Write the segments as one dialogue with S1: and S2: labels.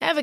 S1: Ever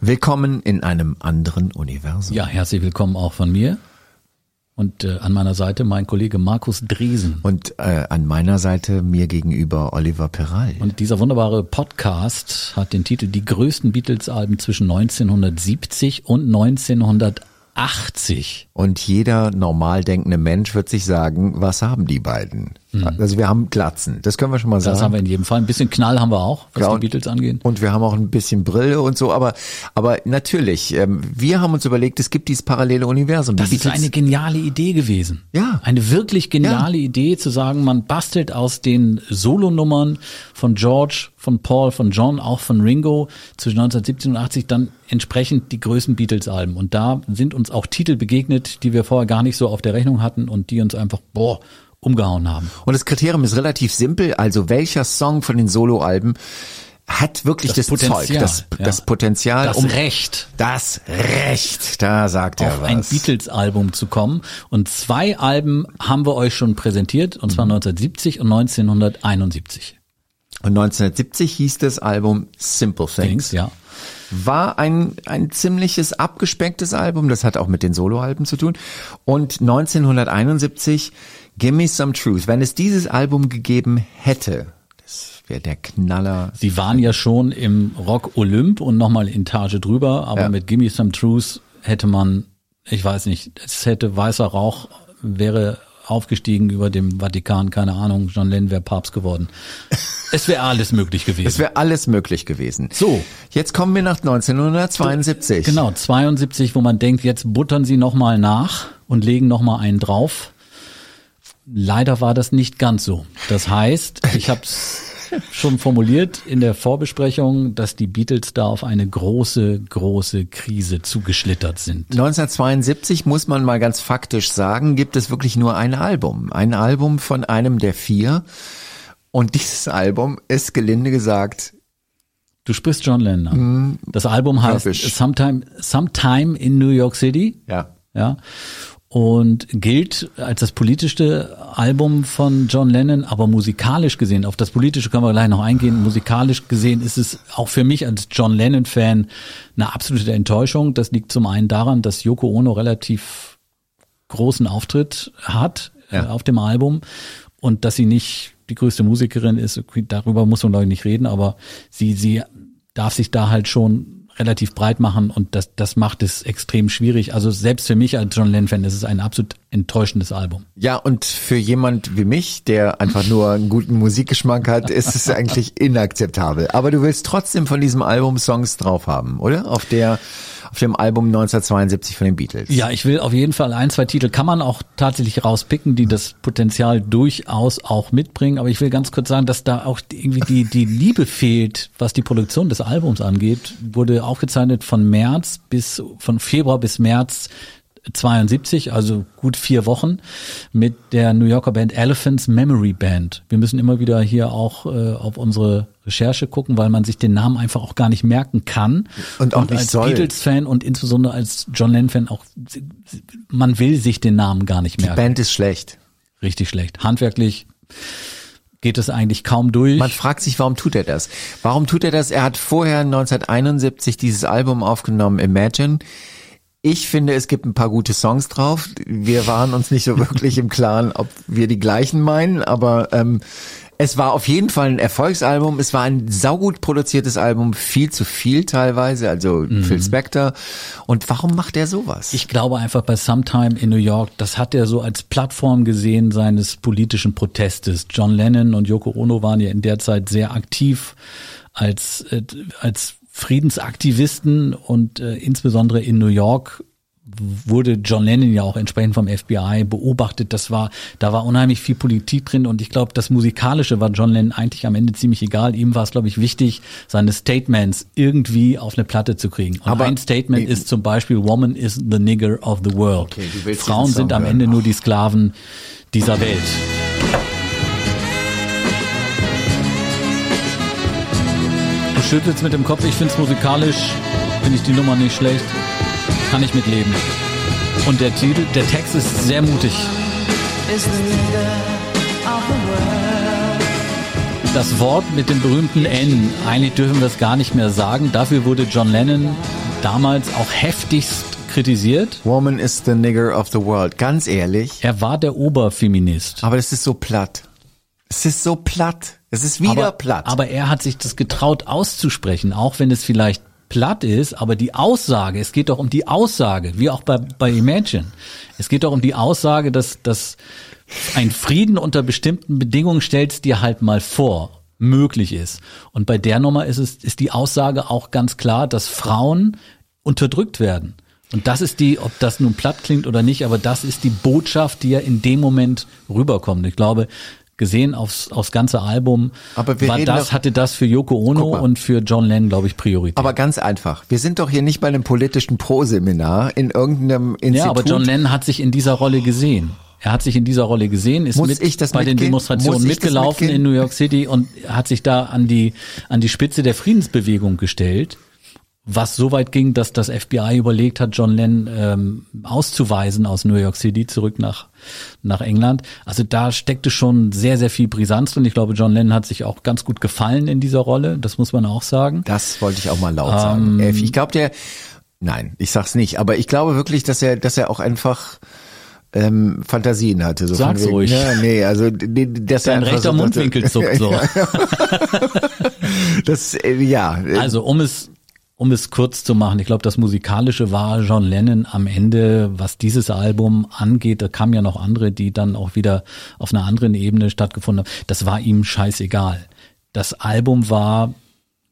S2: Willkommen in einem anderen Universum.
S3: Ja, herzlich willkommen auch von mir. Und äh, an meiner Seite mein Kollege Markus Driesen.
S2: Und äh, an meiner Seite mir gegenüber Oliver Peral.
S3: Und dieser wunderbare Podcast hat den Titel Die größten Beatles-Alben zwischen 1970 und 1980.
S2: Und jeder normal denkende Mensch wird sich sagen, was haben die beiden? Also wir haben Glatzen, das können wir schon mal
S3: Mhm. Das haben
S2: sagen.
S3: wir in jedem Fall. Ein bisschen Knall haben wir auch, was
S2: Ja,
S3: die Beatles angehen.
S2: Und wir haben auch ein bisschen Brille und so, aber, aber natürlich, ähm, wir haben uns überlegt, es gibt dieses parallele Universum. Die
S3: Das ist
S2: Beatles-
S3: eine geniale Idee gewesen.
S2: Ja.
S3: Eine wirklich geniale Idee zu sagen, man bastelt aus den Solonummern von George, von Paul, von John, auch von Ringo zwischen 1970 und 80 dann entsprechend die größten Beatles-Alben. Und da sind uns auch Titel begegnet, die wir vorher gar nicht so auf der Rechnung hatten und die uns einfach, boah, umgehauen haben.
S2: Und das Kriterium ist relativ simpel, also welcher Song von den Soloalben hat wirklich das,
S3: Das
S2: Zeug,
S3: Potenzial,
S2: das,
S3: ja.
S2: das Potenzial,
S3: Das
S2: um
S3: Recht.
S2: das Recht, da sagt er
S3: auf
S2: was.
S3: ein Beatles-Album zu kommen. Und zwei Alben haben wir euch schon präsentiert, und
S2: Mhm.
S3: zwar 1970 und 1971.
S2: Und 1970 hieß das Album Simple Things.
S3: Links, ja.
S2: War ein, ein ziemliches abgespecktes Album, das hat auch mit den Soloalben zu tun. Und 1971 Gimme Some Truth. Wenn es dieses Album gegeben hätte, das wäre der Knaller.
S3: Sie waren ja schon im Rock Olymp und nochmal in Tage drüber, aber
S2: Ja.
S3: mit Gimme Some Truth hätte man, ich weiß nicht, es hätte weißer Rauch, wäre aufgestiegen über dem Vatikan, keine Ahnung, John Lennon wäre Papst geworden. Es wäre alles möglich
S2: Es
S3: gewesen.
S2: wäre alles möglich gewesen.
S3: So.
S2: Jetzt kommen wir nach 1972.
S3: Genau, 72, wo man denkt, jetzt buttern sie nochmal nach und legen nochmal einen drauf. Leider war das nicht ganz so. Das heißt, ich habe es schon formuliert in der Vorbesprechung, dass die Beatles da auf eine große, große Krise zugeschlittert sind.
S2: 1972 muss man mal ganz faktisch sagen, gibt es wirklich nur ein Album. Ein Album von einem der vier. Und dieses Album ist gelinde gesagt
S3: Du sprichst John Lennon. an. Das Album heißt
S2: Rubbish.
S3: Sometime, Sometime in New York City.
S2: Ja.
S3: Ja. Und gilt als das politischste Album von John Lennon, aber musikalisch gesehen, auf das politische können wir gleich noch eingehen, musikalisch gesehen ist es auch für mich als John Lennon-Fan eine absolute Enttäuschung. Das liegt zum einen daran, dass Yoko Ono relativ großen Auftritt hat
S2: Ja.
S3: äh, auf dem Album und dass sie nicht die größte Musikerin ist, okay, darüber muss man glaube ich nicht reden, aber sie, sie darf sich da halt schon relativ breit machen und das, das macht es extrem schwierig. Also selbst für mich als John Lennon-Fan ist es ein absolut enttäuschendes Album.
S2: Ja, und für jemand wie mich, der einfach nur einen guten Musikgeschmack hat, ist es eigentlich inakzeptabel. Aber du willst trotzdem von diesem Album Songs drauf haben, oder? Auf der, auf dem Album 1972 von den Beatles.
S3: Ja, ich will auf jeden Fall ein, zwei Titel kann man auch tatsächlich rauspicken, die das Potenzial durchaus auch mitbringen. Aber ich will ganz kurz sagen, dass da auch die- irgendwie die, die Liebe fehlt, was die Produktion des Albums angeht. Wurde aufgezeichnet von März bis, von Februar bis März 72, also gut vier Wochen, mit der New Yorker Band Elephants Memory Band. Wir müssen immer wieder hier auch äh, auf unsere Recherche gucken, weil man sich den Namen einfach auch gar nicht merken kann.
S2: Und auch nicht
S3: als
S2: soll.
S3: Beatles-Fan und insbesondere als John Lennon-Fan auch, man will sich den Namen gar nicht
S2: Die
S3: merken.
S2: Band ist schlecht.
S3: Richtig schlecht. Handwerklich geht es eigentlich kaum durch.
S2: Man fragt sich, warum tut er das? Warum tut er das? Er hat vorher 1971 dieses Album aufgenommen, Imagine. Ich finde, es gibt ein paar gute Songs drauf. Wir waren uns nicht so wirklich im Klaren, ob wir die gleichen meinen, aber ähm, Es war auf jeden Fall ein Erfolgsalbum. Es war ein saugut produziertes Album, viel zu viel teilweise, also Phil Spector. Und warum macht er sowas?
S3: Ich glaube einfach bei Sometime in New York, das hat er so als Plattform gesehen seines politischen Protestes. John Lennon und Yoko Ono waren ja in der Zeit sehr aktiv als, äh, als Friedensaktivisten und äh, insbesondere in New York wurde John Lennon ja auch entsprechend vom FBI beobachtet. Das war, da war unheimlich viel Politik drin und ich glaube, das Musikalische war John Lennon eigentlich am Ende ziemlich egal. Ihm war es, glaube ich, wichtig, seine Statements irgendwie auf eine Platte zu kriegen. Und
S2: Aber-
S3: ein Statement ist zum Beispiel Woman is the nigger of the world.
S2: Okay, du willst
S3: Frauen
S2: diesen Song
S3: sind am
S2: hören.
S3: Ende nur die Sklaven dieser Welt. Du schüttelst mit dem Kopf, ich find's musikalisch, finde ich die Nummer nicht schlecht, kann ich mitleben. Und der Titel, der Text ist sehr mutig. Das Wort mit dem berühmten N, eigentlich dürfen wir es gar nicht mehr sagen, dafür wurde John Lennon damals auch heftigst kritisiert.
S2: Woman is the nigger of the world. Ganz ehrlich.
S3: Er war der Oberfeminist.
S2: Aber das ist so platt. Es ist so platt. Es ist wieder
S3: aber,
S2: platt.
S3: Aber er hat sich das getraut auszusprechen, auch wenn es vielleicht platt ist, aber die Aussage, es geht doch um die Aussage, wie auch bei, bei Imagine. Es geht doch um die Aussage, dass, dass ein Frieden unter bestimmten Bedingungen stellst dir halt mal vor, möglich ist. Und bei der Nummer ist es, ist die Aussage auch ganz klar, dass Frauen unterdrückt werden. Und das ist die, ob das nun platt klingt oder nicht, aber das ist die Botschaft, die ja in dem Moment rüberkommt. Ich glaube, gesehen aufs, aufs ganze Album,
S2: Aber wir
S3: war
S2: reden
S3: das,
S2: doch-
S3: hatte das für Yoko
S2: Guck
S3: Ono
S2: mal.
S3: und für John Lennon, glaube ich, Priorität.
S2: Aber ganz einfach. Wir sind doch hier nicht bei einem politischen Pro-Seminar in irgendeinem Institut.
S3: ja, aber John Lennon hat sich in dieser Rolle gesehen. Er hat sich in dieser Rolle gesehen, ist
S2: Muss
S3: mit
S2: ich das
S3: bei den
S2: mitgehen?
S3: Demonstrationen
S2: Muss ich das
S3: mitgelaufen
S2: mitgehen?
S3: in New York City und hat sich da an die, an die Spitze der Friedensbewegung gestellt, was so weit ging, dass das FBI überlegt hat, John Lennon ähm, auszuweisen aus New York City zurück nach, nach England. Also da steckte schon sehr, sehr viel Brisanz drin. Ich glaube, John Lennon hat sich auch ganz gut gefallen in dieser Rolle, das muss man auch sagen.
S2: Das wollte ich auch mal laut
S3: Ähm.
S2: sagen. Elf, Ich glaube, der, nein, ich sag's nicht, aber ich glaube wirklich, dass er, dass er auch einfach ähm, Fantasien hatte. So
S3: Sag's
S2: von wegen,
S3: ruhig.
S2: Ja, nee, also d- d- dass er
S3: Dein
S2: einfach
S3: rechter
S2: so-
S3: Mundwinkel zuckt so.
S2: Das, äh, ja, äh,
S3: Also um es um es kurz zu machen, ich glaube, das musikalische war John Lennon am Ende, was dieses Album angeht. Da kamen ja noch andere, die dann auch wieder auf einer anderen Ebene stattgefunden haben. Das war ihm scheißegal. Das Album war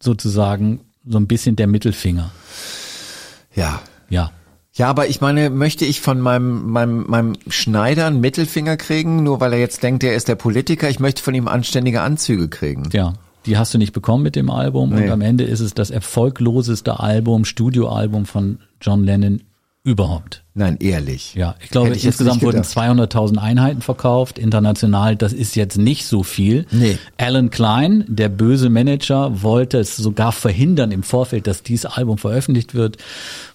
S3: sozusagen so ein bisschen der Mittelfinger.
S2: ja.
S3: Ja.
S2: Ja, aber ich meine, möchte ich von meinem, meinem, meinem Schneider einen Mittelfinger kriegen, nur weil er jetzt denkt, er ist der Politiker? Ich möchte von ihm anständige Anzüge kriegen.
S3: Ja, die hast du nicht bekommen mit dem Album und
S2: Nee.
S3: am Ende ist es das erfolgloseste Album, Studioalbum von John Lennon überhaupt.
S2: Nein, ehrlich.
S3: Ja, ich glaube,
S2: Hätte ich jetzt
S3: insgesamt
S2: nicht
S3: wurden
S2: gedacht.
S3: 200.000 Einheiten verkauft. International, das ist jetzt nicht so viel.
S2: Nee.
S3: Alan Klein, der böse Manager, wollte es sogar verhindern im Vorfeld, dass dieses Album veröffentlicht wird,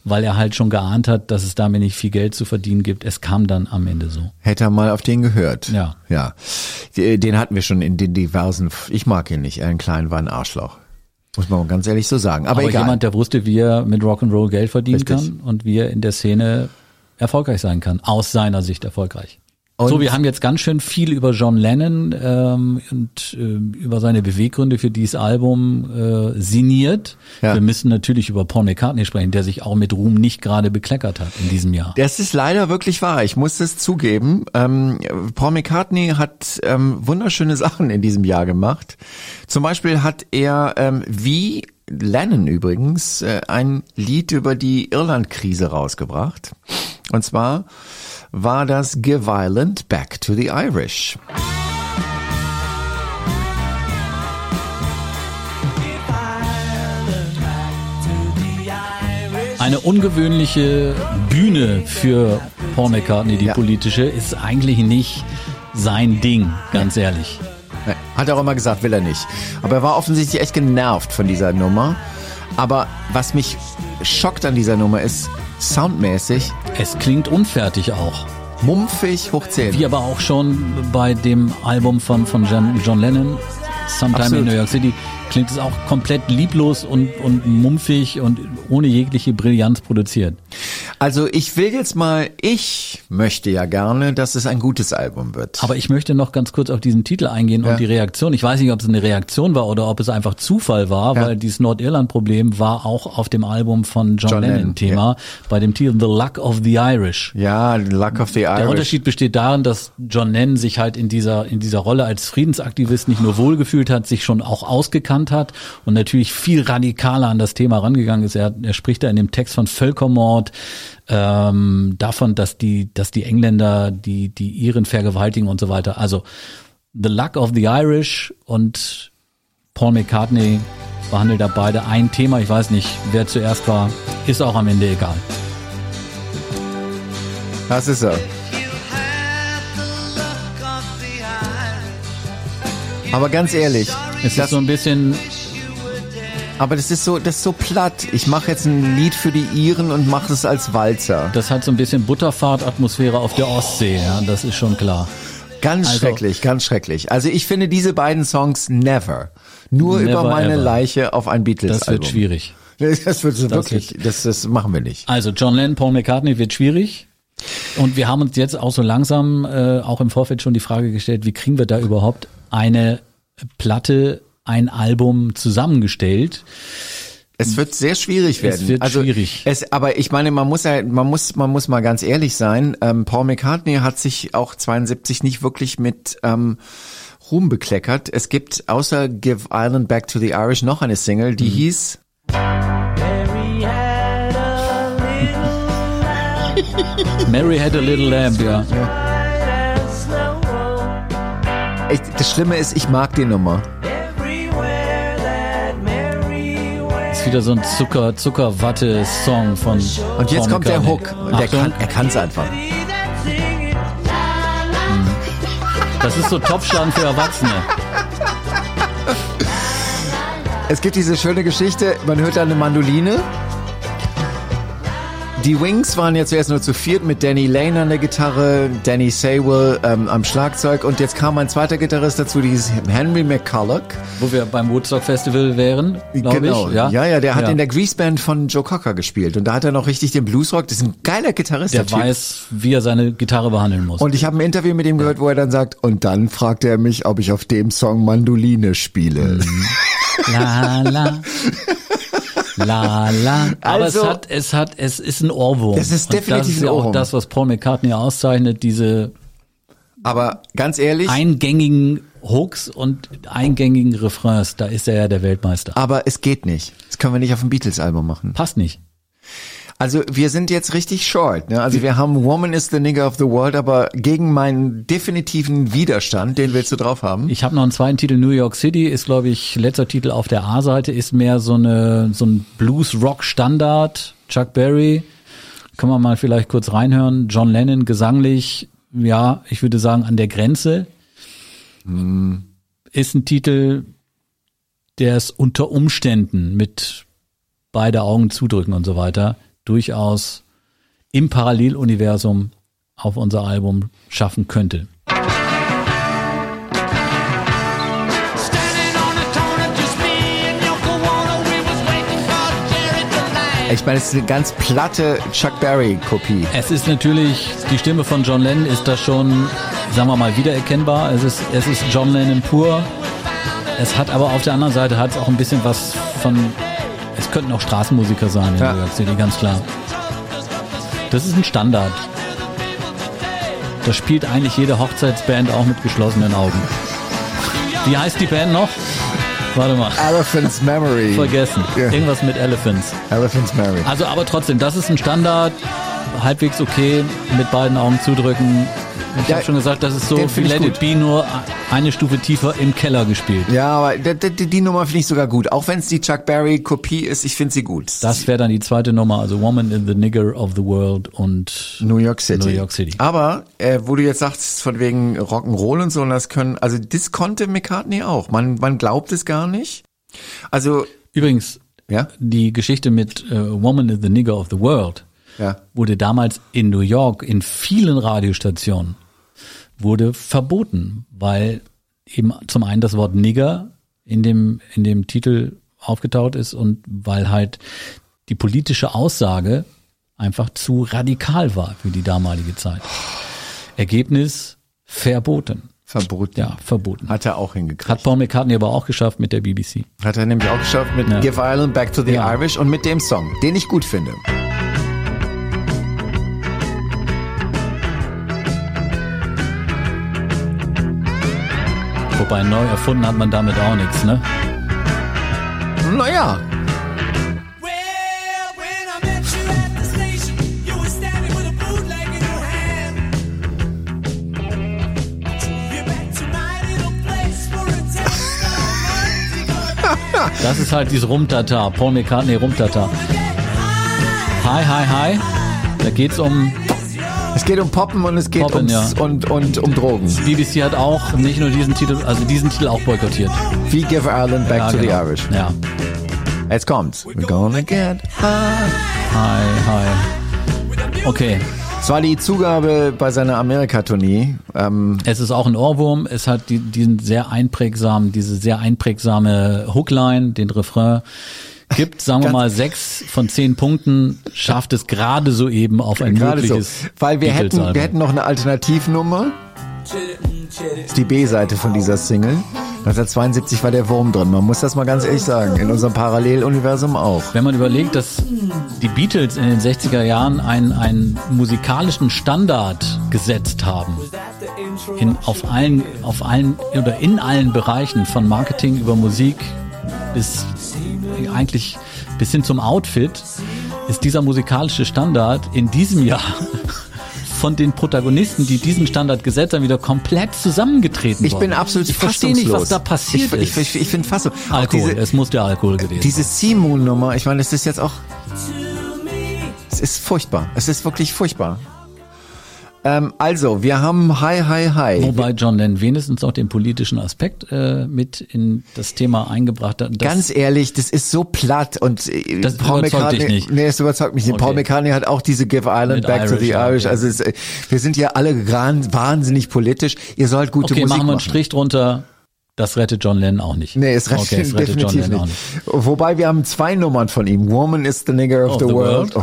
S3: weil er halt schon geahnt hat, dass es damit nicht viel Geld zu verdienen gibt. Es kam dann am Ende so.
S2: Hätte er mal auf den gehört.
S3: Ja.
S2: Ja. äh, Den hatten wir schon in den diversen, ich mag ihn nicht, Alan Klein war ein Arschloch. Muss man ganz ehrlich so sagen. Aber,
S3: Aber
S2: egal.
S3: jemand, der wusste, wie er mit Rock'n'Roll Geld verdienen
S2: Richtig.
S3: kann und wie er in der Szene erfolgreich sein kann, aus seiner Sicht erfolgreich. so,
S2: Und-
S3: wir haben jetzt ganz schön viel über John Lennon ähm, und ähm, über seine Beweggründe für dieses Album äh, sinniert.
S2: Ja.
S3: Wir müssen natürlich über Paul McCartney sprechen, der sich auch mit Ruhm nicht gerade bekleckert hat in diesem Jahr.
S2: das ist leider wirklich wahr. Ich muss es zugeben. Ähm, Paul McCartney hat ähm, wunderschöne Sachen in diesem Jahr gemacht. Zum Beispiel hat er, ähm, wie Lennon übrigens, äh, ein Lied über die Irland-Krise rausgebracht. Und zwar war das Give Ireland Back to the Irish.
S3: Eine ungewöhnliche Bühne für Paul McCartney, die
S2: Ja.
S3: politische, ist eigentlich nicht sein Ding, ganz ehrlich.
S2: Nee, Hat er auch immer gesagt, will er nicht. Aber er war offensichtlich echt genervt von dieser Nummer. Aber was mich schockt an dieser Nummer ist, soundmäßig,
S3: Es klingt unfertig auch.
S2: mumpfig hoch 10.
S3: Wie aber auch schon bei dem Album von, von John, John Lennon, Sometime
S2: Absolut.
S3: in New York City, klingt es auch komplett lieblos und, und mumpfig und ohne jegliche Brillanz produziert.
S2: Also ich will jetzt mal, ich möchte ja gerne, dass es ein gutes Album wird.
S3: Aber ich möchte noch ganz kurz auf diesen Titel eingehen
S2: Ja.
S3: und die Reaktion. Ich weiß nicht, ob es eine Reaktion war oder ob es einfach Zufall war,
S2: Ja.
S3: weil dieses Nordirland-Problem war auch auf dem Album von John,
S2: John
S3: Lennon,
S2: Lennon,
S3: Thema, bei dem Titel The Luck of the Irish.
S2: ja, Luck of the Irish.
S3: Der Unterschied besteht darin, dass John Lennon sich halt in dieser, in dieser Rolle als Friedensaktivist nicht nur wohlgefühlt hat, sich schon auch ausgekannt hat und natürlich viel radikaler an das Thema rangegangen ist. Er, er spricht da in dem Text von Völkermord, ähm, davon, dass die, dass die Engländer die, die Iren vergewaltigen und so weiter. Also The Luck of the Irish und Paul McCartney behandelt da beide ein Thema. Ich weiß nicht, wer zuerst war. Ist auch am Ende egal.
S2: Das ist er. Aber ganz ehrlich,
S3: Es ist
S2: das,
S3: so ein bisschen
S2: aber das ist so, das ist so platt. Ich mache jetzt ein Lied für die Iren und mache es als Walzer.
S3: Das hat so ein bisschen Butterfahrt-Atmosphäre auf der Ostsee, ja, das ist schon klar.
S2: Ganz
S3: Also-
S2: schrecklich, ganz schrecklich. Also ich finde diese beiden Songs never. Nur
S3: Never
S2: über meine
S3: ever.
S2: Leiche auf ein Beatles-Album.
S3: Das wird schwierig.
S2: Das wird so wirklich, das, das machen wir nicht.
S3: Also John Lennon, Paul McCartney wird schwierig. Und wir haben uns jetzt auch so langsam, äh, auch im Vorfeld schon die Frage gestellt, wie kriegen wir da überhaupt eine Platte, ein Album zusammengestellt?
S2: Es wird sehr schwierig werden. Also
S3: wird schwierig.
S2: Es, aber ich meine, man muss ja, man muss, man muss mal ganz ehrlich sein. Ähm, Paul McCartney hat sich auch 72 nicht wirklich mit ähm, Ruhm bekleckert. Es gibt außer Give Ireland Back to the Irish noch eine Single,
S3: Mhm.
S2: die hieß
S3: Mary had a little lamb, ja.
S2: ich, das Schlimme ist, ich mag die Nummer.
S3: Ist wieder so ein Zucker, Zuckerwatte-Song von.
S2: Und jetzt
S3: Paul
S2: kommt der
S3: McCartney.
S2: Hook. Der
S3: Achtung,
S2: kann, er kann es einfach.
S3: das ist so Topschlagen für Erwachsene.
S2: Es gibt diese schöne Geschichte, man hört da eine Mandoline. Die Wings waren ja zuerst nur zu viert mit Danny Lane an der Gitarre, Danny Saywell ähm, am Schlagzeug und jetzt kam ein zweiter Gitarrist dazu, die hieß Henry McCulloch.
S3: Wo wir beim Woodstock Festival wären, glaube ich.
S2: Genau. ja. ja, der hat in der Grease Band von Joe Cocker gespielt und da hat er noch richtig den Bluesrock. Das ist ein geiler Gitarrist,
S3: der
S2: Typ.
S3: weiß, wie er seine Gitarre behandeln muss.
S2: Und ich habe ein Interview mit ihm gehört, wo er dann sagt, und dann fragte er mich, ob ich auf dem Song Mandoline spiele.
S3: Mhm. la la. La la. Aber
S2: Also-
S3: es hat, es hat, es ist ein Ohrwurm.
S2: Es ist
S3: Und das
S2: definitiv
S3: ist
S2: ein
S3: ja auch
S2: Ohrwurm.
S3: das, was Paul McCartney auszeichnet, diese
S2: Aber ganz ehrlich,
S3: eingängigen Hooks und eingängigen Refrains. Da ist er ja der Weltmeister.
S2: aber es geht nicht. Das können wir nicht auf dem Beatles-Album machen.
S3: Passt nicht.
S2: Also wir sind jetzt richtig short. Ne? Also wir haben Woman is the nigger of the world, aber gegen meinen definitiven Widerstand, den willst du drauf haben?
S3: Ich habe noch einen zweiten Titel, New York City, ist, glaube ich, letzter Titel auf der A-Seite, ist mehr so, eine, so ein Blues-Rock-Standard. Chuck Berry, kann man mal vielleicht kurz reinhören. John Lennon, gesanglich, ja, ich würde sagen, an der Grenze. Ist ein Titel, der es unter Umständen mit beide Augen zudrücken und so weiter durchaus im Paralleluniversum auf unser Album schaffen könnte.
S2: Ich meine, es ist eine ganz platte Chuck Berry-Kopie.
S3: Es ist natürlich, die Stimme von John Lennon ist da schon, sagen wir mal, wiedererkennbar. Es ist, es ist John Lennon pur. Es hat aber auf der anderen Seite hat es auch ein bisschen was von, es könnten auch Straßenmusiker sein in
S2: Ja.
S3: New York City, ganz klar. Das ist ein Standard. Das spielt eigentlich jede Hochzeitsband auch mit geschlossenen Augen. Wie heißt die Band noch? Warte mal,
S2: Elephant's Memory.
S3: vergessen.
S2: Ja,
S3: Irgendwas mit Elephants.
S2: Elephant's Memory.
S3: Also aber trotzdem, das ist ein Standard, halbwegs okay, mit beiden Augen zudrücken. Ich
S2: Ja,
S3: habe schon gesagt, das ist so
S2: den
S3: wie
S2: find ich
S3: Let It
S2: gut.
S3: Be, nur eine Stufe tiefer im Keller gespielt.
S2: Ja, aber die, die, die Nummer finde ich sogar gut. Auch wenn es die Chuck Berry-Kopie ist, ich finde sie gut.
S3: Das wäre dann die zweite Nummer, also Woman in the Nigger of the World und
S2: New York City.
S3: New York City.
S2: Aber äh, wo du jetzt sagst, von wegen Rock'n'Roll und so, und das können, also das konnte McCartney auch. Man, man glaubt es gar nicht. Also,
S3: Übrigens,
S2: ja,
S3: die Geschichte mit äh, Woman in the Nigger of the World
S2: ja.
S3: wurde damals in New York in vielen Radiostationen wurde verboten, weil eben zum einen das Wort Nigger in dem in dem Titel aufgetaucht ist und weil halt die politische Aussage einfach zu radikal war für die damalige Zeit. Ergebnis verboten.
S2: Verboten.
S3: Ja, verboten.
S2: Hat er auch hingekriegt.
S3: Hat
S2: Hat,
S3: Paul McCartney aber auch geschafft mit der BBC.
S2: er nämlich auch geschafft mit
S3: Ja.
S2: Give Ireland Back to the
S3: Ja.
S2: Irish und mit dem Song, den ich gut finde.
S3: Wobei neu erfunden hat man damit auch nichts, ne?
S2: Naja,
S4: Well, when I met you at the station, you were standing with a bootleg in your hand. Drove you back to my little place for a test.
S3: Das ist halt dieses Rumtata, Paul McCartney Rumtata. Hi, hi, hi. Da geht's um,
S2: es geht um Poppen und es geht
S3: Poppen,
S2: ums,
S3: ja.
S2: und, und um Drogen.
S3: BBC hat auch nicht nur diesen Titel, also diesen Titel auch boykottiert.
S2: Wie Give Ireland Back
S3: Ja,
S2: to
S3: genau.
S2: the Irish.
S3: Ja.
S2: Jetzt kommt's. We're gonna get.
S3: Hi, hi. Okay,
S2: Es war die Zugabe bei seiner Amerika-Tournee. Ähm,
S3: es ist auch ein Ohrwurm. Es hat die, diesen sehr einprägsamen, diese sehr einprägsame Hookline, den Refrain. Gibt, sagen wir
S2: Ganz-
S3: mal, sechs von zehn Punkten, schafft es gerade so eben auf ein
S2: gerade so.
S3: mögliches
S2: Weil wir hätten,
S3: Beatles-Album.
S2: wir hätten noch eine Alternativnummer. Das ist die B-Seite von dieser Single. 1972 war der Wurm drin. Man muss das mal ganz ehrlich sagen. In unserem Paralleluniversum auch.
S3: Wenn man überlegt, dass die Beatles in den 60er Jahren einen, einen musikalischen Standard gesetzt haben, in, auf allen, auf allen oder in allen Bereichen von Marketing über Musik bis eigentlich bis hin zum Outfit, ist dieser musikalische Standard in diesem Jahr von den Protagonisten, die diesen Standard gesetzt haben, wieder komplett zusammengetreten
S2: Ich bin
S3: worden.
S2: absolut
S3: Ich verstehe nicht, was
S2: fassungslos.
S3: da passiert
S2: ich,
S3: ist.
S2: Ich, ich, ich finde fassungslos. Auch
S3: Alkohol,
S2: Diese,
S3: es muss der Alkohol gewesen sein.
S2: diese Seymour-Nummer, ich meine, es ist jetzt auch... Es ist furchtbar. Es ist wirklich furchtbar. Ähm, also, wir haben Hi, Hi, Hi.
S3: Wobei John Lennon wenigstens auch den politischen Aspekt äh, mit in das Thema eingebracht hat. Das,
S2: Ganz ehrlich, das ist so platt und äh,
S3: Das überzeugt dich
S2: McCartney,
S3: nicht.
S2: nee, es überzeugt mich nicht. Paul
S3: Okay.
S2: McCartney hat auch diese Give Ireland
S3: Mit
S2: Back to
S3: Irish,
S2: the
S3: ja,
S2: Irish.
S3: ja.
S2: Also es, äh, wir sind ja alle gran- wahnsinnig politisch. Ihr sollt gute
S3: okay,
S2: Musik
S3: machen wir einen Strich drunter. Das rettet John Lennon auch nicht.
S2: Nee, es reicht
S3: okay, es rettet John
S2: definitiv
S3: Lennon auch
S2: nicht. Wobei wir haben zwei Nummern von ihm. Woman is the nigger of,
S3: Of
S2: the, world.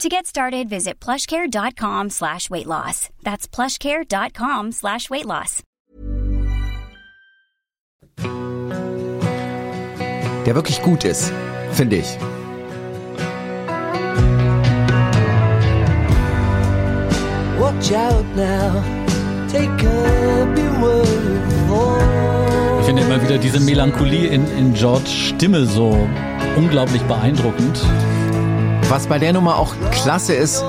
S5: To get started, visit plushcare.com slash weight loss. That's plushcare.com slash weight loss.
S2: Der wirklich gut ist, finde ich.
S6: Watch out now, take up your word for.
S3: Ich finde immer wieder diese Melancholie in, in George Stimme so unglaublich beeindruckend.
S2: Was bei der Nummer auch klasse ist,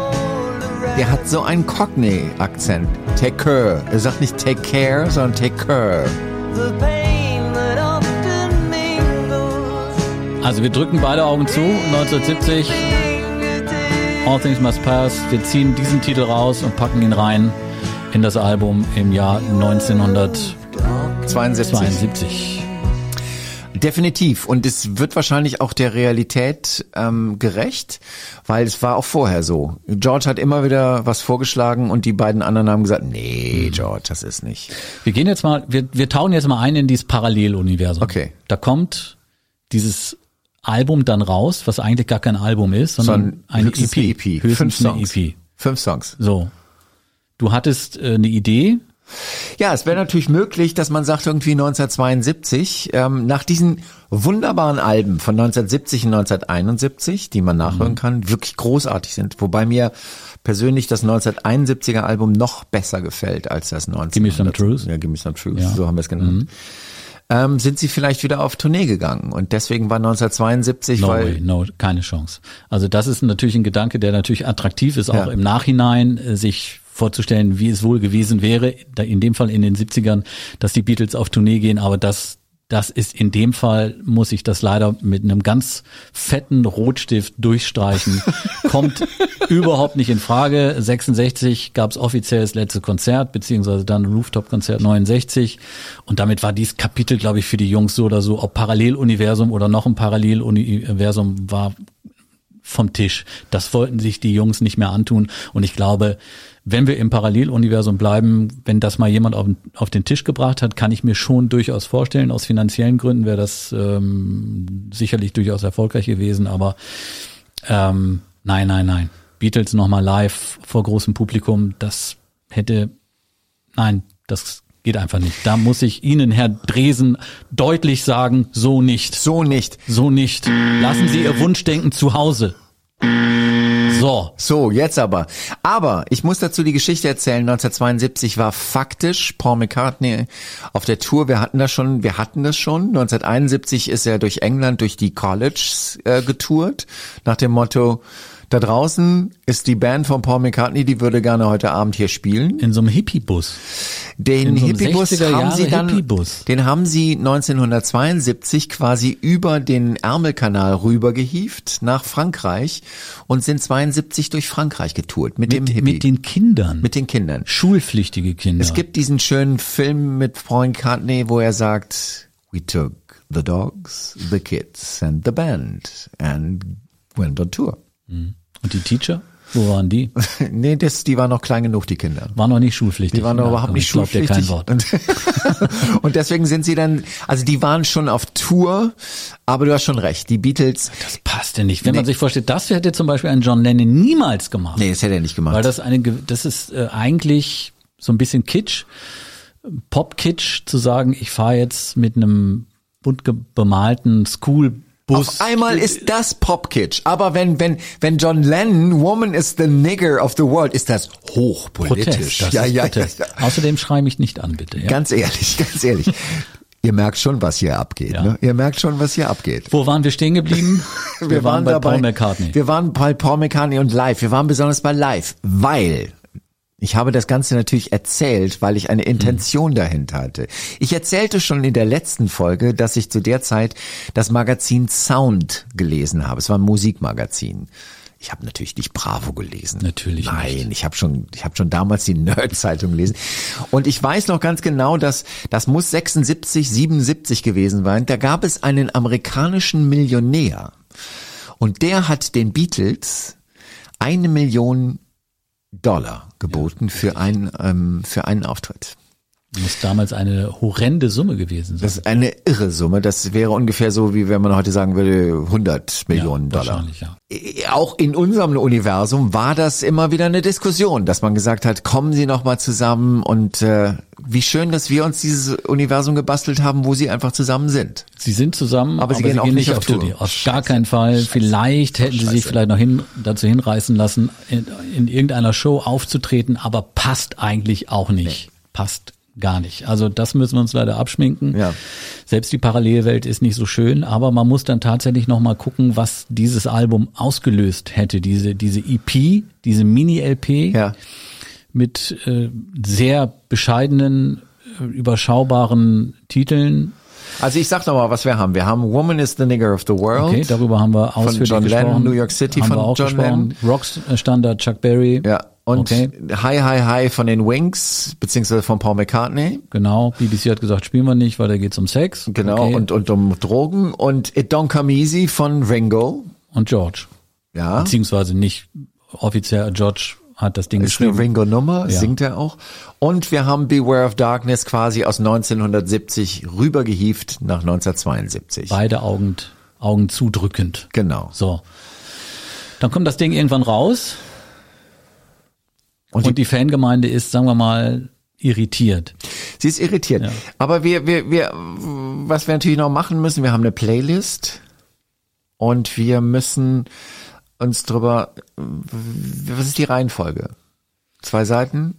S2: der hat so einen Cockney-Akzent. Take care. Er sagt nicht take care, sondern take care.
S6: The pain that often mingles
S3: Also wir drücken beide Augen zu, 1970,
S6: fingertips.
S3: All Things Must Pass. Wir ziehen diesen Titel raus und packen ihn rein in das Album im Jahr 1972.
S2: 72. Definitiv. Und es wird wahrscheinlich auch der Realität ähm, gerecht, weil es war auch vorher so. George hat immer wieder was vorgeschlagen und die beiden anderen haben gesagt,
S3: Mhm.
S2: nee, George, das ist nicht.
S3: Wir gehen jetzt mal, wir, wir tauchen jetzt mal ein in dieses Paralleluniversum.
S2: Okay.
S3: Da kommt dieses Album dann raus, was eigentlich gar kein Album ist, sondern,
S2: Sondern
S3: eine
S2: höchstens
S3: EP.
S2: eine EP. Fünf
S3: Höchstens eine E
S2: Songs.
S3: EP.
S2: Fünf Songs.
S3: So. Du hattest äh, eine Idee,
S2: Ja, es wäre natürlich möglich, dass man sagt, irgendwie 1972, ähm, nach diesen wunderbaren Alben von 1970 und 1971, die man
S3: Mhm.
S2: nachhören kann, wirklich großartig sind. Wobei mir persönlich das 1971er Album noch besser gefällt als das 19.
S3: me some truth. Mhm.
S2: Ja, Give me some truth, so haben wir es genannt. Ähm, sind sie vielleicht wieder auf Tournee gegangen und deswegen war 1972,
S3: No
S2: weil
S3: way, no, keine Chance. Also das ist natürlich ein Gedanke, der natürlich attraktiv ist, auch
S2: Ja.
S3: im Nachhinein äh, sich vorzustellen, wie es wohl gewesen wäre, da in dem Fall in den 70ern, dass die Beatles auf Tournee gehen, aber das das ist in dem Fall, muss ich das leider mit einem ganz fetten Rotstift durchstreichen. Kommt überhaupt nicht in Frage. 66 gab's offiziell das letzte Konzert, beziehungsweise dann Rooftop-Konzert 69. Und damit war dieses Kapitel, glaube ich, für die Jungs so oder so, ob Paralleluniversum oder noch ein Paralleluniversum war vom Tisch. Das wollten sich die Jungs nicht mehr antun. Und ich glaube, wenn wir im Paralleluniversum bleiben, wenn das mal jemand auf, den- auf den Tisch gebracht hat, kann ich mir schon durchaus vorstellen. Aus finanziellen Gründen wäre das ähm, sicherlich durchaus erfolgreich gewesen, aber ähm, nein, nein, nein. Beatles nochmal live vor großem Publikum, das hätte, nein, das geht einfach nicht. Da muss ich Ihnen, Herr Dresen, deutlich sagen, so nicht.
S2: So nicht.
S3: So nicht. Lassen Sie Ihr Wunschdenken zu Hause. So.
S2: So, jetzt aber. Aber ich muss dazu die Geschichte erzählen. 1972 war faktisch Paul McCartney auf der Tour. Wir hatten das schon, wir hatten das schon. 1971 ist er durch England, durch die Colleges äh, getourt, nach dem Motto, da draußen ist die Band von Paul McCartney, die würde gerne heute Abend hier spielen.
S3: In so einem Hippie-Bus.
S2: Den
S3: In so einem
S2: Hippiebus
S3: 60er
S2: haben sie
S3: Jahre
S2: dann,
S3: Hippiebus.
S2: den haben sie 1972 quasi über den Ärmelkanal rübergehievt nach Frankreich und sind 72 durch Frankreich getourt mit, dem
S3: Mit,
S2: Hippie,
S3: mit den Kindern.
S2: mit den Kindern.
S3: schulpflichtige Kinder.
S2: Es gibt diesen schönen Film mit Paul McCartney, wo er sagt, we took the dogs, the kids and the band and went on tour.
S3: Und die Teacher? Wo waren die?
S2: nee, das, die waren noch klein genug, die Kinder.
S3: Waren noch nicht schulpflichtig.
S2: Die waren doch
S3: Ja,
S2: überhaupt
S3: komm,
S2: nicht
S3: Genau, ich glaub dir
S2: schulpflichtig.
S3: kein Wort.
S2: Und, und deswegen sind sie dann, also die waren schon auf Tour, aber du hast schon recht, die Beatles,
S3: Das passt ja nicht. Wenn man
S2: Nee.
S3: sich vorstellt, das hätte zum Beispiel ein John Lennon niemals gemacht.
S2: nee, das hätte er nicht gemacht.
S3: Weil das eine, ge- das ist äh, eigentlich so ein bisschen Kitsch, Pop-Kitsch, zu sagen, ich fahre jetzt mit einem bunt ge- bemalten Schoolbus.
S2: auf einmal ist das Popkitsch, aber wenn wenn wenn John Lennon Woman is the nigger of the world ist das hochpolitisch.
S3: Protest. Das
S2: ja,
S3: ist
S2: ja,
S3: Protest.
S2: ja, ja.
S3: Außerdem schrei mich nicht an, bitte. Ja?
S2: Ganz ehrlich, ganz ehrlich. Ihr merkt schon, was hier abgeht.
S3: Ja.
S2: Ne? Ihr merkt schon, was hier abgeht.
S3: Wo waren wir stehen geblieben?
S2: Wir, waren,
S3: bei
S2: dabei,
S3: Paul McCartney.
S2: Wir waren bei Paul McCartney und live. Wir waren besonders bei live, weil ich habe das Ganze natürlich erzählt, weil ich eine Intention dahinter hatte. Ich erzählte schon in der letzten Folge, dass ich zu der Zeit das Magazin Sound gelesen habe. Es war ein Musikmagazin. Ich habe natürlich nicht Bravo gelesen.
S3: Natürlich
S2: Nein,
S3: nicht.
S2: ich habe schon, ich habe schon damals die Nerd-Zeitung gelesen. Und ich weiß noch ganz genau, dass das muss 76, 77 gewesen sein. Da gab es einen amerikanischen Millionär und der hat den Beatles eine Million Dollar geboten für einen ähm, für einen Auftritt.
S3: Muss damals eine horrende Summe gewesen sein.
S2: Das ist eine irre Summe. Das wäre ungefähr so, wie wenn man heute sagen würde, 100 Millionen Dollar. Äh,
S3: Wahrscheinlich, ja.
S2: auch in unserem Universum war das immer wieder eine Diskussion, dass man gesagt hat, kommen Sie noch mal zusammen und äh, wie schön, dass wir uns dieses Universum gebastelt haben, wo Sie einfach zusammen sind.
S3: Sie sind zusammen,
S2: Aber sie gehen auch nicht auf Tour.
S3: Auf gar keinen Fall. Vielleicht hätten sie sich vielleicht noch hin, dazu hinreißen lassen, in, in irgendeiner Show aufzutreten, aber passt eigentlich auch nicht. Passt gar nicht. Also das müssen wir uns leider abschminken.
S2: Ja.
S3: Selbst die Parallelwelt ist nicht so schön, aber man muss dann tatsächlich noch mal gucken, was dieses Album ausgelöst hätte. Diese diese EP, diese Mini-LP
S2: Ja,
S3: mit äh, sehr bescheidenen, äh, überschaubaren Titeln
S2: also ich sag noch mal, was wir haben. Wir haben Woman is the Nigger of the World.
S3: Okay, darüber haben wir
S2: Von
S3: ausführlich
S2: John
S3: gesprochen.
S2: Lennon, New York City
S3: haben
S2: von
S3: wir auch
S2: John
S3: gesprochen. Rockstandard Chuck Berry.
S2: ja, und
S3: okay,
S2: Hi Hi Hi von den Wings beziehungsweise von Paul McCartney.
S3: genau. BBC hat gesagt, spielen wir nicht, weil da geht's um Sex.
S2: Genau
S3: Okay.
S2: und und um Drogen und It Don't Come Easy von Ringo.
S3: und George.
S2: Ja.
S3: Beziehungsweise nicht offiziell George hat das Ding
S2: Ist eine
S3: geschrieben.
S2: Ringo-Nummer,
S3: Ja.
S2: singt er auch. Und wir haben Beware of Darkness quasi aus 1970 rübergehievt nach 1972.
S3: Beide Augen, Augen zudrückend.
S2: Genau.
S3: So. Dann kommt das Ding irgendwann raus
S2: Und,
S3: und,
S2: die,
S3: die Fangemeinde ist, sagen wir mal, irritiert.
S2: sie ist irritiert. Aber wir, wir, wir, was wir natürlich noch machen müssen, wir haben eine Playlist und wir müssen uns drüber, was ist die Reihenfolge? Zwei Seiten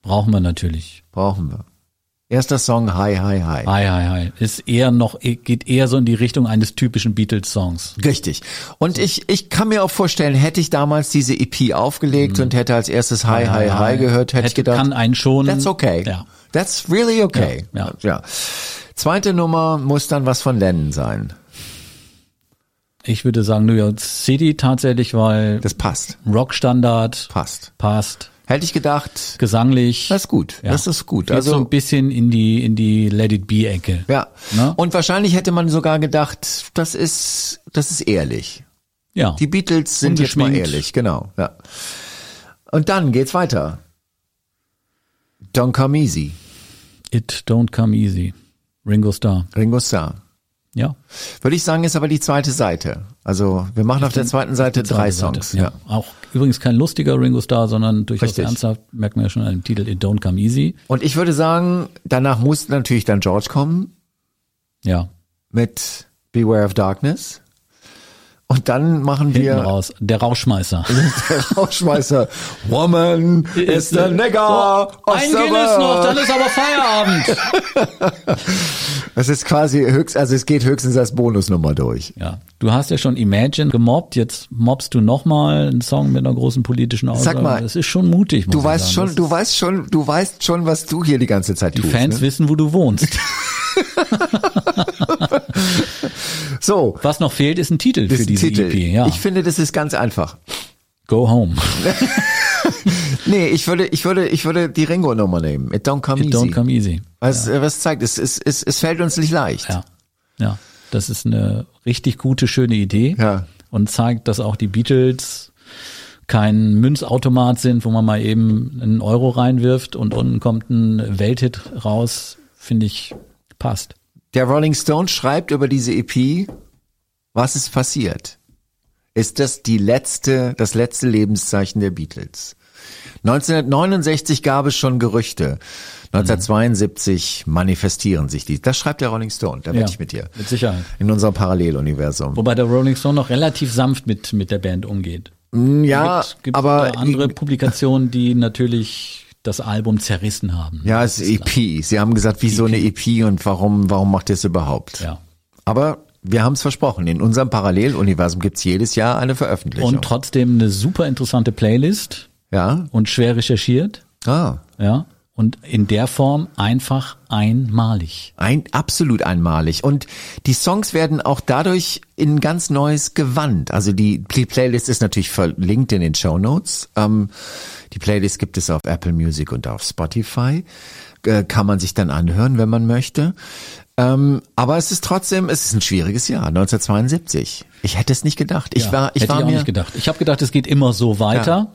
S3: Brauchen wir natürlich.
S2: brauchen wir. Erster Song, Hi, Hi, Hi.
S3: Hi, hi, hi. Ist eher noch, geht eher so in die Richtung eines typischen Beatles-Songs.
S2: Richtig. Und ich, ich kann mir auch vorstellen, hätte ich damals diese EP aufgelegt
S3: Hm.
S2: und hätte als erstes Hi, Hi, Hi, gehört, hätte ich gedacht,
S3: Kann einen schon.
S2: that's okay.
S3: Ja.
S2: That's really okay.
S3: Ja,
S2: Zweite Nummer muss dann was von Lennon sein.
S3: Ich würde sagen New York City tatsächlich, weil
S2: Das passt.
S3: Rockstandard
S2: Passt.
S3: passt.
S2: Hätte ich gedacht,
S3: Gesanglich.
S2: das ist gut.
S3: Ja.
S2: Das ist gut.
S3: Geht so
S2: Also,
S3: ein bisschen in die, in die Let It Be-Ecke.
S2: ja.
S3: Ne?
S2: Und wahrscheinlich hätte man sogar gedacht, das ist, das ist ehrlich.
S3: Ja.
S2: Die Beatles sind jetzt mal
S3: Ungeschminkt.
S2: ehrlich, genau. Ja. Und dann geht's weiter. Don't Come Easy,
S3: It Don't Come Easy. Ringo Starr.
S2: Ringo Starr.
S3: Ja.
S2: Würde ich sagen, ist aber die zweite Seite. Also wir machen auf der zweiten Seite drei
S3: Zweite Seite,
S2: Songs. Ja.
S3: Auch übrigens kein lustiger Ringo Starr, sondern durchaus
S2: Richtig.
S3: ernsthaft, merkt man ja schon an dem Titel It Don't Come Easy.
S2: Und ich würde sagen, danach muss natürlich dann George kommen
S3: Ja.
S2: mit Beware of Darkness. Und dann machen
S3: Hinten
S2: wir
S3: raus. Der Rauschmeißer.
S2: der Rausschmeißer. Woman is the nigger of
S3: Ein
S2: the
S3: Guinness
S2: world.
S3: noch, dann ist aber Feierabend.
S2: Es ist quasi höchst, also es geht höchstens als Bonusnummer durch.
S3: ja. Du hast ja schon Imagine gemobbt, jetzt mobbst du nochmal einen Song mit einer großen politischen Aussage.
S2: mal,
S3: das ist schon mutig, muss
S2: Du
S3: ich
S2: weißt
S3: sagen.
S2: schon, du weißt schon, du weißt schon, was du hier die ganze Zeit
S3: Die
S2: tust.
S3: Fans
S2: ne?
S3: wissen, wo du wohnst.
S2: So,
S3: Was noch fehlt, ist ein Titel für
S2: das
S3: diese
S2: Titel.
S3: EP. Ja.
S2: Ich finde, das ist ganz einfach.
S3: Go Home.
S2: Nee, ich würde, ich würde, ich würde die Ringo-Nummer nehmen. It don't come
S3: It
S2: easy.
S3: Don't Come Easy.
S2: was, äh, was zeigt, es, es, es, es fällt uns nicht leicht.
S3: Ja. Ja. Das ist eine richtig gute, schöne Idee.
S2: Ja.
S3: Und zeigt, dass auch die Beatles kein Münzautomat sind, wo man mal eben einen Euro reinwirft und unten kommt ein Welthit raus. Finde ich, passt.
S2: Der Rolling Stone schreibt über diese EP, was ist passiert? Ist das die letzte, das letzte Lebenszeichen der Beatles? 1969 gab es schon Gerüchte. 1972 manifestieren sich die. Das schreibt der Rolling Stone, da bin
S3: Ja,
S2: ich mit dir.
S3: mit Sicherheit.
S2: In unserem Paralleluniversum.
S3: Wobei der Rolling Stone noch relativ sanft mit, mit der Band umgeht.
S2: ja,
S3: Gibt- gibt's
S2: Ah, aber
S3: da andere Publikationen, die natürlich das Album zerrissen haben.
S2: ja, es ist EP. Sie haben gesagt, wieso eine EP und warum, warum macht ihr es überhaupt?
S3: E Ja.
S2: Aber wir haben es versprochen. In unserem Paralleluniversum gibt's jedes Jahr eine Veröffentlichung.
S3: Und trotzdem eine super interessante Playlist
S2: ja.
S3: und schwer recherchiert.
S2: Ah.
S3: Ja. Und in der Form einfach einmalig.
S2: Ein, absolut einmalig. Und die Songs werden auch dadurch in ein ganz neues Gewand. Also die, die Playlist ist natürlich verlinkt in den Show Notes. Ähm, die Playlist gibt es auf Apple Music und auf Spotify. Äh, kann man sich dann anhören, wenn man möchte. Ähm, aber es ist trotzdem, es ist ein schwieriges Jahr, 1972. Ich hätte es nicht gedacht. Ich
S3: Ja,
S2: war, ich
S3: Hätte
S2: war
S3: ich auch
S2: mir,
S3: nicht gedacht. Ich habe gedacht, es geht immer so weiter.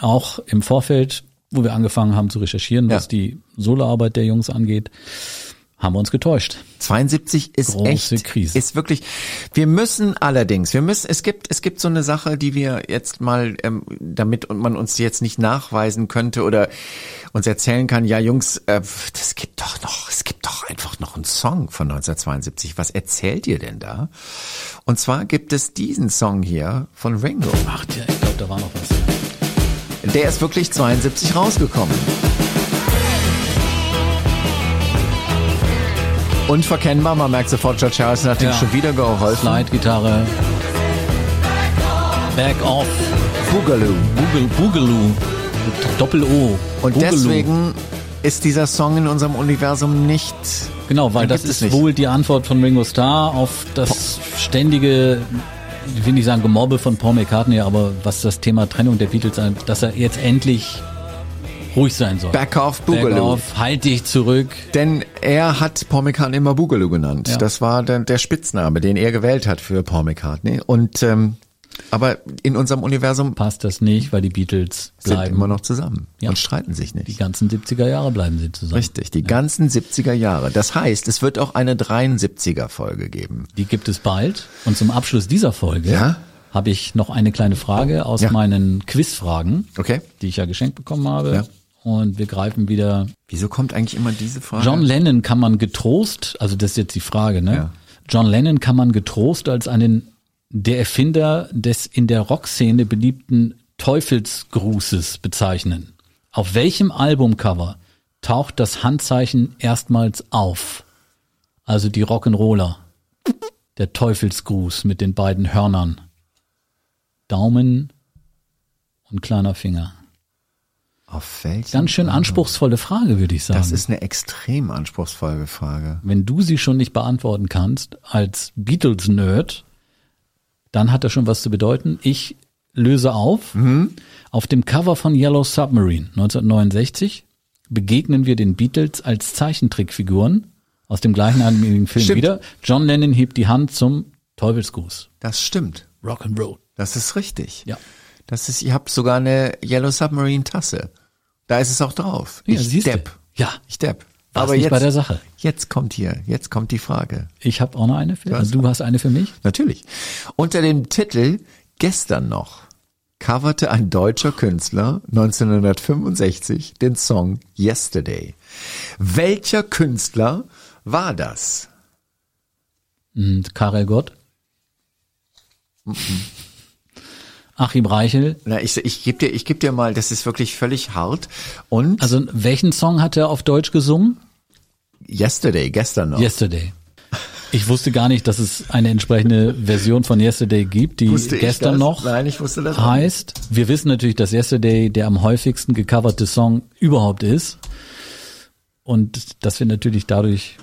S3: Auch im Vorfeld, wo wir angefangen haben zu recherchieren,
S2: Ja.
S3: was die Soloarbeit der Jungs angeht, haben wir uns getäuscht.
S2: 72 ist
S3: Große
S2: echt,
S3: Krise.
S2: ist wirklich. Wir müssen allerdings, wir müssen, es gibt, es gibt so eine Sache, die wir jetzt mal, ähm, damit man uns die jetzt nicht nachweisen könnte oder uns erzählen kann, ja Jungs, äh, das gibt doch noch, es gibt doch einfach noch einen Song von 1972. Was erzählt ihr denn da? Und zwar gibt es diesen Song hier von Ringo.
S3: Ach, tja, ich glaube, da war noch was.
S2: Der ist wirklich 72 rausgekommen. Unverkennbar, man merkt sofort, George Harrison hat ihm
S3: Ja.
S2: schon wieder geholfen.
S3: Slide-Gitarre. Back off.
S2: Boogaloo.
S3: Boogaloo. Boogaloo. Mit Doppel-O.
S2: Und
S3: Boogaloo.
S2: deswegen ist dieser Song in unserem Universum nicht.
S3: Genau, weil
S2: Den
S3: das
S2: gibt es
S3: ist
S2: nicht.
S3: wohl die Antwort von Ringo Starr auf das ständige, ich will nicht sagen Gemobbe von Paul McCartney, aber was das Thema Trennung der Beatles angeht, dass er jetzt endlich ruhig sein soll.
S2: Back off Boogaloo.
S3: Back off, halt dich zurück.
S2: Denn er hat Paul McCartney immer Boogaloo genannt.
S3: Ja.
S2: Das war der, der Spitzname, den er gewählt hat für Paul McCartney. Und ähm, aber in unserem Universum
S3: Passt das nicht, weil die Beatles
S2: sind
S3: bleiben.
S2: immer noch zusammen
S3: Ja.
S2: und streiten sich nicht.
S3: die ganzen 70er Jahre bleiben sie zusammen.
S2: Richtig, die ganzen 70er Jahre. Das heißt, es wird auch eine 73er Folge geben.
S3: Die gibt es bald. Und zum Abschluss dieser Folge
S2: Ja?
S3: habe ich noch eine kleine Frage aus
S2: Ja.
S3: meinen Quizfragen,
S2: Okay.
S3: die ich ja geschenkt bekommen habe.
S2: Ja.
S3: Und wir greifen wieder
S2: Wieso kommt eigentlich immer diese Frage?
S3: John Lennon kann man getrost, also das ist jetzt die Frage, ne?
S2: Ja.
S3: John Lennon kann man getrost als einen der Erfinder des in der Rockszene beliebten Teufelsgrußes bezeichnen. Auf welchem Albumcover taucht das Handzeichen erstmals auf? Also die Rock'n'Roller. Der Teufelsgruß mit den beiden Hörnern. Daumen und kleiner Finger.
S2: Auf welchen?
S3: Ganz schön anspruchsvolle Frage, würde ich sagen.
S2: das ist eine extrem anspruchsvolle Frage.
S3: wenn du sie schon nicht beantworten kannst als Beatles-Nerd, dann hat das schon was zu bedeuten. Ich löse auf. Auf dem Cover von Yellow Submarine 1969 begegnen wir den Beatles als Zeichentrickfiguren aus dem gleichnamigen Film
S2: Stimmt.
S3: wieder. John Lennon hebt die Hand zum Teufelsgruß.
S2: Das stimmt.
S3: Rock'n'Roll.
S2: Das ist richtig.
S3: Ja.
S2: Das ist, ich habe sogar eine Yellow Submarine Tasse. Da ist es auch drauf.
S3: Ja,
S2: ich
S3: siehste.
S2: depp.
S3: Ja.
S2: Ich depp.
S3: Warst nicht bei der Sache.
S2: Jetzt kommt hier, jetzt kommt die Frage.
S3: Ich habe auch noch eine für also Du hast eine für mich?
S2: Natürlich. Unter dem Titel Gestern noch coverte ein deutscher Künstler 1965 den Song Yesterday. Welcher Künstler war das?
S3: Hm, Karel Gott. Mhm. Achim Reichel.
S2: Na, ich, ich gebe dir, ich geb dir mal, das ist wirklich völlig hart. Und
S3: Also welchen Song hat er auf Deutsch gesungen?
S2: Yesterday, gestern noch.
S3: Yesterday. Ich wusste gar nicht, dass es eine entsprechende Version von Yesterday gibt, die
S2: Wusste ich
S3: gestern
S2: das?
S3: noch
S2: Nein, ich wusste das auch
S3: heißt. Wir wissen natürlich, dass Yesterday der am häufigsten gecoverte Song überhaupt ist. Und dass wir natürlich dadurch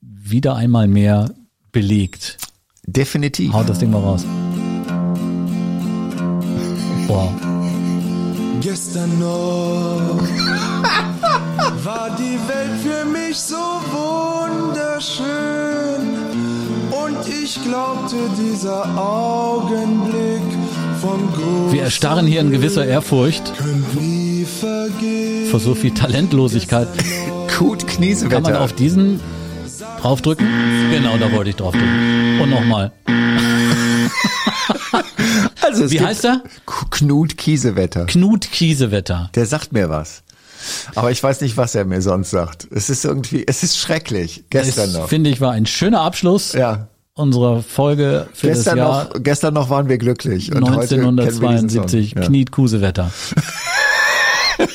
S3: wieder einmal mehr belegt.
S2: Definitiv.
S3: Haut das Ding mal raus. Wow.
S4: Gestern noch war die Welt für mich so wunderschön und ich glaubte dieser Augenblick von Groß
S3: Wir erstarren hier in gewisser Ehrfurcht
S4: nie vergehen.
S3: vor so viel Talentlosigkeit.
S2: Gut Kniesewetter.
S3: Kann man auf diesen draufdrücken? Genau, da wollte ich draufdrücken. Und nochmal.
S2: also es
S3: Wie
S2: gibt
S3: heißt er?
S2: K- Knut Kiesewetter.
S3: Knut Kiesewetter.
S2: Der sagt mir was. Aber ich weiß nicht, was er mir sonst sagt. Es ist irgendwie, es ist schrecklich. Gestern
S3: Das,
S2: noch.
S3: finde ich, war ein schöner Abschluss
S2: Ja.
S3: unserer Folge für
S2: Gestern
S3: das Jahr
S2: noch, gestern noch waren wir glücklich. Und heute kennen wir, diesen
S3: 1972.
S2: Song.
S3: Kniet Kusewetter.
S2: ja.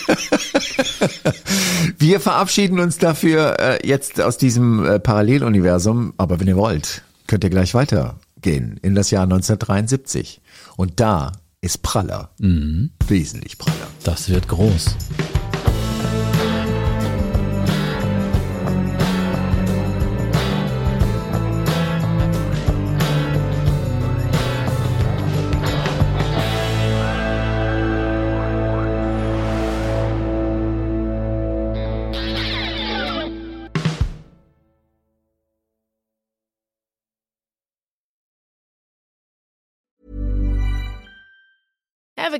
S2: wir verabschieden uns dafür äh, jetzt aus diesem äh, Paralleluniversum. Aber wenn ihr wollt, könnt ihr gleich weitergehen in das Jahr 1973. Und da ist Praller.
S3: Mhm.
S2: Wesentlich Praller.
S3: Das wird groß.
S1: Ever